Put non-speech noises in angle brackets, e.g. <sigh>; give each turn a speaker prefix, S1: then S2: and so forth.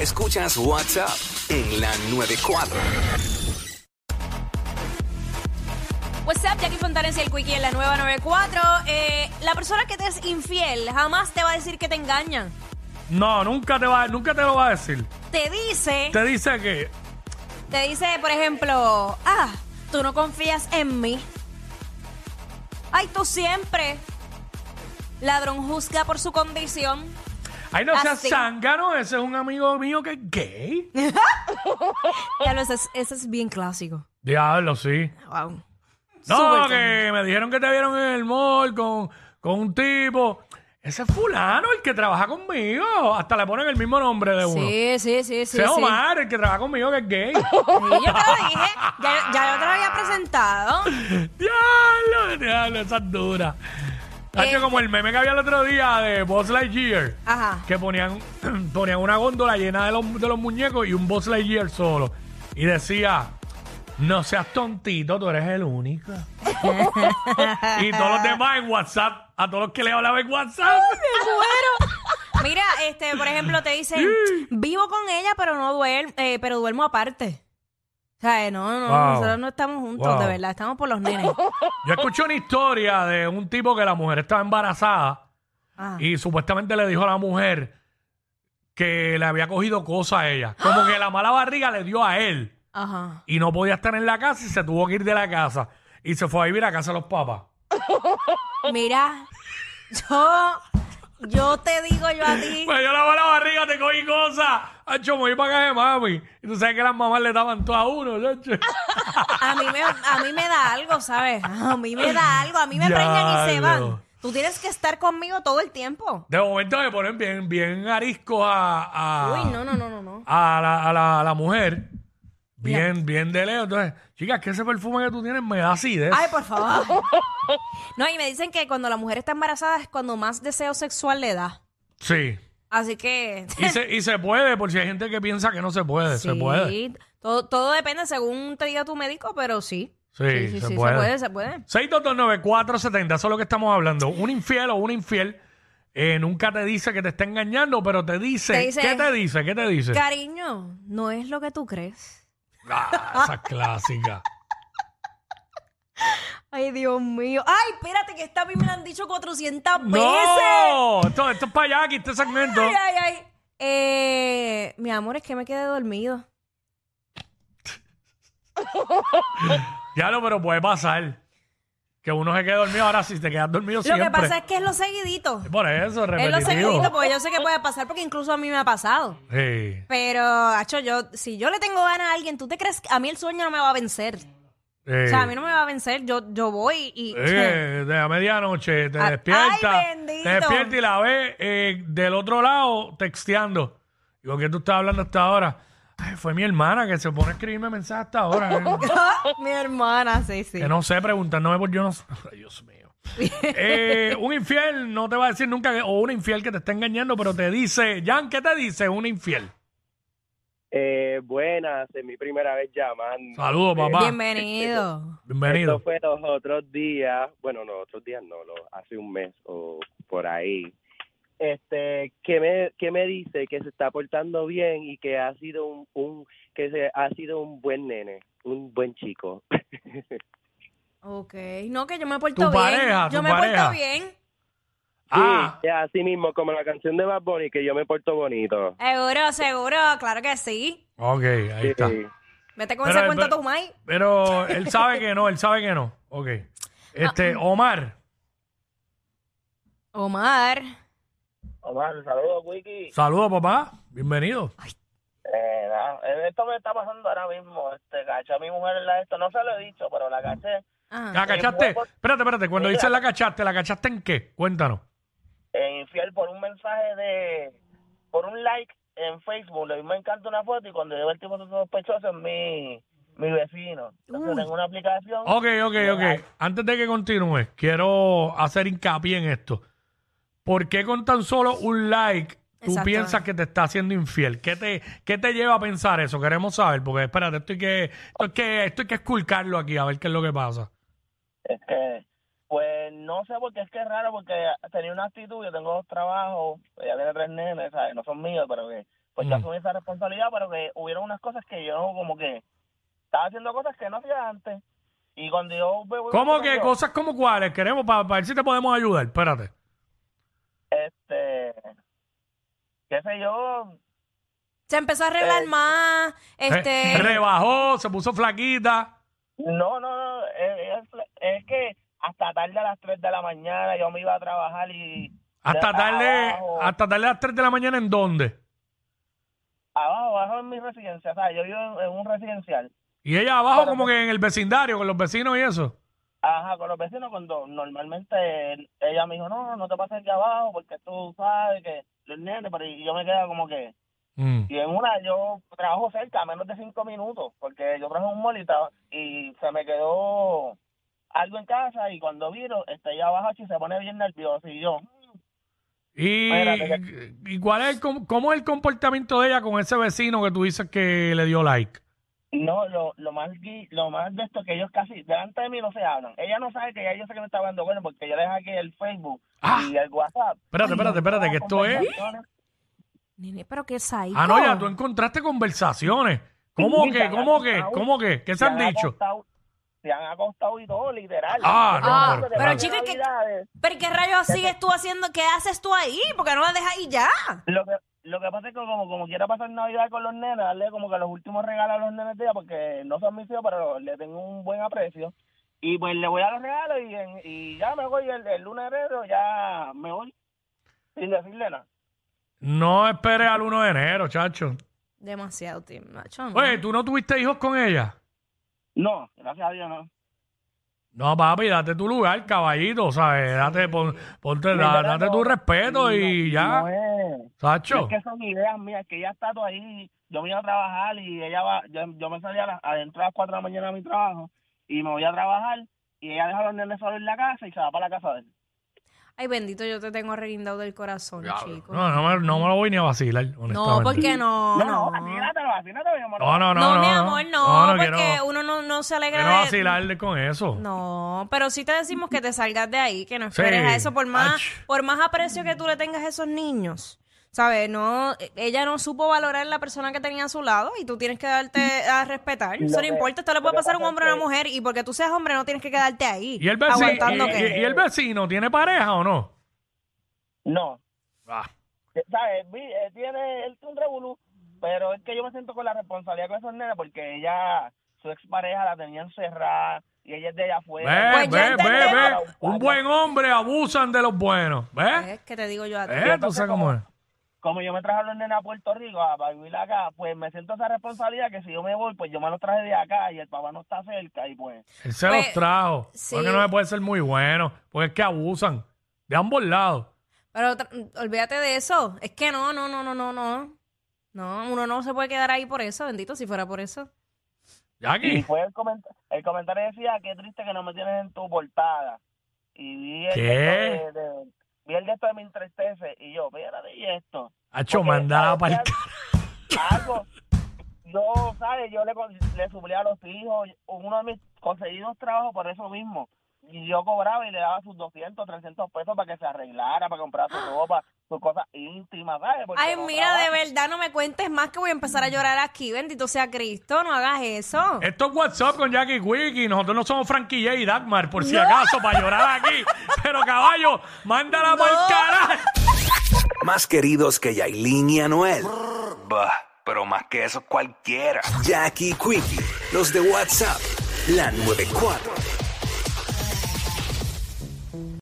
S1: Escuchas WhatsApp en la 94.
S2: WhatsApp, Jackie Fontanes y el Quickie en la nueva 94. Eh, la persona que te es infiel jamás te va a decir que te engañan.
S3: No, nunca te, va, nunca te lo va a decir.
S2: Te dice,
S3: Te dice que
S2: te dice, por ejemplo, ah, tú no confías en mí. Ay, tú siempre. Ladrón juzga por su condición.
S3: Ay, no seas
S2: Así.
S3: zángano, ese es un amigo mío que es gay.
S2: Ya lo, ese, es- ese es bien clásico.
S3: Diablo, sí.
S2: Wow.
S3: No,
S2: Súper
S3: que me dijeron que te vieron en el mall con, con un tipo. Ese es fulano, el que trabaja conmigo. Hasta le ponen el mismo nombre de uno.
S2: Sí, sí, sí, sí.
S3: Ese es
S2: sí.
S3: Omar, el que trabaja conmigo que
S2: <laughs>
S3: es gay.
S2: Sí, yo te lo dije, ya, ya yo te lo había presentado.
S3: diablo, diablo, esa es dura. Hacho,
S2: Eh.
S3: como el meme que había el otro día de Buzz Lightyear.
S2: Ajá.
S3: Que ponían, <clears throat> ponían una góndola llena de los, de los muñecos y un Buzz Lightyear solo. Y decía, no seas tontito, tú eres
S2: <laughs>
S3: el único. y todos los demás en WhatsApp, a todos los que le hablaba en WhatsApp.
S2: Mira, este, por ejemplo, te dicen, vivo con ella, pero no duermo, pero duermo aparte. O sea, eh, no, no,
S3: Wow.
S2: nosotros no estamos juntos,
S3: Wow.
S2: de verdad, estamos por los nenes.
S3: Yo escuché una historia de un tipo que la mujer estaba embarazada
S2: Ajá.
S3: y supuestamente le dijo a la mujer que le había cogido cosas a ella. Como que la mala barriga le dio a él.
S2: Ajá.
S3: y no podía estar en la casa y se tuvo que ir de la casa y se fue a vivir a casa de los papás.
S2: Mira, yo, yo te digo yo a ti,
S3: Pues yo lavo la barriga, te cogí cosas. Hacho, me voy para casa de mami. Y tú sabes que las mamás le daban todo a uno, chacho.
S2: a mí me, a mí me da algo, ¿sabes? A mí me da algo, a mí me preñan y se
S3: Diablo.
S2: van. Tú tienes que estar conmigo todo el tiempo.
S3: De momento me ponen bien, bien arisco a, a,
S2: Uy, no, no, no, no, no.
S3: a la, a la- a la mujer. Bien, bien de leo. Entonces, chicas, que ese perfume que tú tienes me da acidez.
S2: Ay, por favor. No, y me dicen que cuando la mujer está embarazada es cuando más deseo sexual le da.
S3: Sí.
S2: Así que.
S3: Y se, y se puede, por si hay gente que piensa que no se puede. Se puede. Sí,
S2: Sí, Todo, todo depende según te diga tu médico, pero sí.
S3: se,
S2: se
S3: puede.
S2: puede, se puede.
S3: 6229470, eso es lo que estamos hablando. Un infiel o una infiel eh, nunca te dice que te está engañando, pero te dice,
S2: Te dice-
S3: ¿Qué te dice? ¿Qué te dice?
S2: Cariño, no es lo que tú crees.
S3: Ah, esa es
S2: <laughs>
S3: clásica.
S2: Ay, Dios mío. Ay, espérate, que esta a mí me la han dicho 400 veces.
S3: ¡No! Esto, esto es para allá, aquí este segmento.
S2: Pues Ay, ay, ay. Eh, mi amor, es que me quedé dormido.
S3: Ya lo, pero puede pasar. Que uno se quede dormido ahora si te quedas dormido
S2: Lo
S3: siempre.
S2: que pasa es que es lo seguidito.
S3: Por eso,
S2: Es lo pues.
S3: repetitivo.
S2: seguidito, porque yo sé que puede pasar, porque incluso a mí me ha pasado.
S3: Sí.
S2: Pero, Acho, yo, si yo le tengo ganas a alguien, ¿tú te crees que a mí el sueño no me va a vencer? O
S3: sí.
S2: sea, a mí no me va a vencer, yo, yo voy y...
S3: Eh, de la medianoche te
S2: Ay,
S3: despierta.
S2: Ah, ay, bendito.
S3: te despierta y la ves eh, del otro lado texteando. Digo, ¿qué tú estás hablando hasta ahora? Ay, fue mi hermana que se pone a escribirme mensajes hasta ahora.
S2: <laughs>
S3: eh.
S2: Mi hermana, sí, sí.
S3: que no sé, preguntándome por yo no sé. <laughs> Ay,
S2: <laughs>
S3: Dios mío. Eh, un infiel no te va a decir nunca, que- o un infiel que te está engañando, pero te dice, Jan, ¿qué te dice un infiel?
S4: Eh, buenas, es mi primera vez llamando.
S3: Saludos, papá.
S2: Bienvenido.
S3: Bienvenido.
S4: Esto fue los otros días, bueno, no, otros días no, lo- hace un mes o por ahí. Este, que me, que me dice que se está portando bien y que ha sido un, un que se, ha sido un buen nene, un buen chico.
S2: Ok, no, que yo me porto
S3: Tu
S2: bien.
S3: pareja,
S2: yo
S3: tu
S2: me
S3: pareja.
S2: porto bien.
S3: Ah,
S4: <laughs> Sí, así mismo, como la canción de Bad Bunny, que yo me porto bonito.
S2: Seguro, seguro, claro que sí.
S3: ok, ahí está.
S4: Sí.
S2: Vete con
S3: Pero-
S2: ese cuento
S3: pero-
S2: tu mai.
S3: Pero él sabe que no, él sabe que no. Ok.
S2: Ah,
S3: Este,
S2: mm.
S3: Omar,
S2: Omar.
S4: Omar, saludos, Wiki.
S3: saludos, papá. Bienvenido.
S4: Eh, nada, esto me está pasando ahora mismo. Este, caché a mi mujer en la esto. No se lo he dicho, pero la caché.
S2: Ajá.
S3: ¿La cachaste? Espérate, espérate. Cuando dices la cachaste, ¿la cachaste en qué? Cuéntanos.
S4: eh, infiel por un mensaje de. por un like en Facebook. Le di me encanta una foto y cuando yo veo el tipo sospechoso es mi, mi vecino. Entonces
S2: Uy.
S4: tengo una aplicación.
S3: Ok, ok, ok. Antes de que continúe, quiero hacer hincapié en esto. ¿Por qué con tan solo un like tú
S2: Exacto.
S3: piensas que te está haciendo infiel? ¿Qué te, ¿Qué te lleva a pensar eso? Queremos saber, porque espérate, esto hay que, esto hay que, esto hay que esculcarlo aquí a ver qué es lo que pasa.
S4: Es que, pues no sé porque es que es raro porque tenía una actitud, yo tengo dos trabajos, ella tiene tres nenes, ¿sabes? No son míos, pero que
S5: pues yo
S3: Mm.
S5: asumí esa responsabilidad, pero que hubieron unas cosas que yo como que estaba haciendo cosas que no hacía antes. Y cuando yo veo...
S3: ¿Cómo que
S5: yo,
S3: cosas como cuáles? Queremos para ver si te podemos ayudar. Espérate.
S5: Este... qué sé yo,
S2: Se empezó a arreglar más.
S3: eh,
S2: Este.
S3: Re- rebajó, se puso flaquita.
S5: No, no, no, es, es- es que hasta tarde a las 3 de la mañana yo me iba a trabajar y...
S3: Hasta
S5: de-
S3: tarde,
S5: Abajo,
S3: hasta tarde a las 3 de la mañana, ¿en dónde?
S5: abajo, abajo en mi residencia, o sea, yo vivo en, en un residencial.
S3: Y ella abajo,
S5: Pero-
S3: como que en el vecindario, con los vecinos y eso.
S5: Ajá, con los vecinos, cuando normalmente ella me dijo, no, no te pases aquí abajo porque tú sabes que los nenes, pero y yo me quedaba como que...
S3: Mm.
S5: Y en una yo trabajo cerca, a menos de 5 minutos, porque yo trabajo en un mall y, tra- y se me quedó algo en casa y cuando viro, está ella abajo y se pone bien nerviosa y yo...
S3: ¿Y,
S5: Espérate,
S3: y cuál es el, com- cómo es el comportamiento de ella con ese vecino que tú dices que le dio like?
S5: No, lo, lo más gui- lo más de esto que ellos casi delante de mí no se hablan. Ella no sabe que ya yo sé que me está hablando bueno porque yo le dejé el Facebook
S3: Ah.
S5: y el WhatsApp.
S3: Espérate, espérate, espérate, que esto es...
S5: Conversaciones.
S2: Nene, pero qué psycho.
S3: Ah, no, ya tú encontraste conversaciones. ¿Cómo
S5: Sí,
S3: que,
S5: se han
S3: cómo que,
S5: acostado.
S3: cómo que? ¿Qué se
S5: Se
S3: han dicho?
S5: acostado- se han acostado y todo, literal.
S3: Ah, no,
S2: Ah,
S3: pero-
S2: pero,
S3: claro.
S2: chica, ¿qué,
S5: Navidades,
S2: pero ¿y qué rayos sigues tú haciendo? ¿Qué haces tú ahí? Porque no la dejas y ya.
S5: Lo que, lo que pasa es que como, como quiera pasar Navidad con los nenes, darle como que los últimos regalos a los nenes de ella, porque no son mis hijos, pero le tengo un buen aprecio. Y pues le voy a los regalos y, en- y ya me voy el, el lunes de enero, ya me voy sin decirle nada.
S3: No esperes al 1 de enero, chacho.
S2: Demasiado tiempo, macho, no.
S3: Oye, ¿tú no tuviste hijos con ella?
S5: No, gracias a Dios no.
S3: No, papi, date tu lugar, caballito, ¿sabes? Date, pon- ponte, da-
S5: Literal,
S3: date
S5: no.
S3: tu respeto y
S5: No,
S3: ya,
S5: no es.
S3: chacho.
S5: Es que son ideas mías, que ella ha estado ahí, yo me iba a trabajar y ella va, yo, yo me salía a las- adentro a las 4 de la mañana a mi trabajo y me voy a trabajar y ella deja a los nenes solos en la casa y se va para la casa de él.
S2: Ay, bendito, yo te tengo reguindado del corazón, chico.
S3: No, no me, no me lo voy ni a vacilar, honestamente.
S2: No, porque no.
S5: No,
S2: No,
S5: no, atínatelo, atínatelo, mi amor.
S3: No, no, no.
S2: No,
S3: no,
S2: mi
S3: no.
S2: amor,
S3: No,
S2: no,
S3: no quiero-
S2: porque uno no, no se alegra
S3: Quiero
S2: de...
S3: vacilarle con eso.
S2: No, pero sí te decimos que te salgas de ahí, que no
S3: Sí.
S2: esperes a eso, por más,
S3: Ach.
S2: por más aprecio que tú le tengas a esos niños. ¿Sabes? No, eh, ella no supo valorar la persona que tenía a su lado y tú tienes que darte a respetar. Eso no
S5: que-
S2: importa, esto le
S5: lo
S2: puede
S5: que
S2: pasar a un
S5: pasa
S2: hombre o
S5: es
S2: a una mujer y porque tú seas hombre no tienes que quedarte ahí.
S3: ¿Y el, vecino,
S2: Aguantando
S3: y-
S2: que...
S3: y- y el vecino tiene pareja o no?
S5: No,
S3: Ah,
S5: ¿sabes? Vi- eh, Tiene, él tiene un revolú, pero es que yo me siento con la responsabilidad con esos nenes porque ella, su expareja la tenía encerrada y ella es de allá afuera.
S2: Pues
S3: ve,
S2: ya
S3: ve, ve, ve.
S2: entendemos.
S3: Un buen hombre abusan de los buenos. ¿Ves?
S2: Es que te digo Pues, yo a ti.
S3: ¿Eh? ¿Tú sabes cómo es?
S5: como yo me traje a los nenes a Puerto Rico a, para vivir acá, pues me siento esa responsabilidad que si yo me voy, pues yo me los traje de acá y el papá no está cerca y pues...
S3: Él se
S2: Pues,
S3: los trajo.
S2: sí.
S3: Porque no me puede ser muy bueno. Porque es que abusan de ambos lados.
S2: Pero tra- olvídate de eso. Es que no, no, no, no, no, no. No, uno no se puede quedar ahí por eso, bendito, si fuera por eso.
S5: Y
S3: Jackie,
S5: fue el, comenta- el comentario decía, qué triste que no me tienes en tu portada. Y vi el,
S3: ¿Qué?
S5: gesto De, de- vi el gesto de mi tristeza y yo, espérate, ¿y esto?
S3: hacho,
S5: Porque,
S3: mandada
S5: ¿sabes?
S3: para el
S5: Algo, yo, ¿sabes? Yo le, con- le suplí a los hijos, uno de mis conseguidos trabajos por eso mismo. Y yo cobraba y le daba sus 200, 300 pesos para que se arreglara, para comprar su ropa, sus cosas íntimas, ¿sabes? Porque
S2: ¡Ah! Ay,
S5: no
S2: mira, de
S5: trabaja.
S2: verdad, no me cuentes más que voy a empezar a llorar aquí. Bendito sea Cristo, no hagas eso.
S3: Esto es WhatsApp con Jackie Quickie. Nosotros no somos Frankie J y Dagmar, por si acaso, para llorar aquí. <laughs> Pero caballo, mándala por carajo.
S1: Más queridos que Yailin y Anuel. Bah, pero más que eso cualquiera. Jackie Quickie, los de WhatsApp, la 94.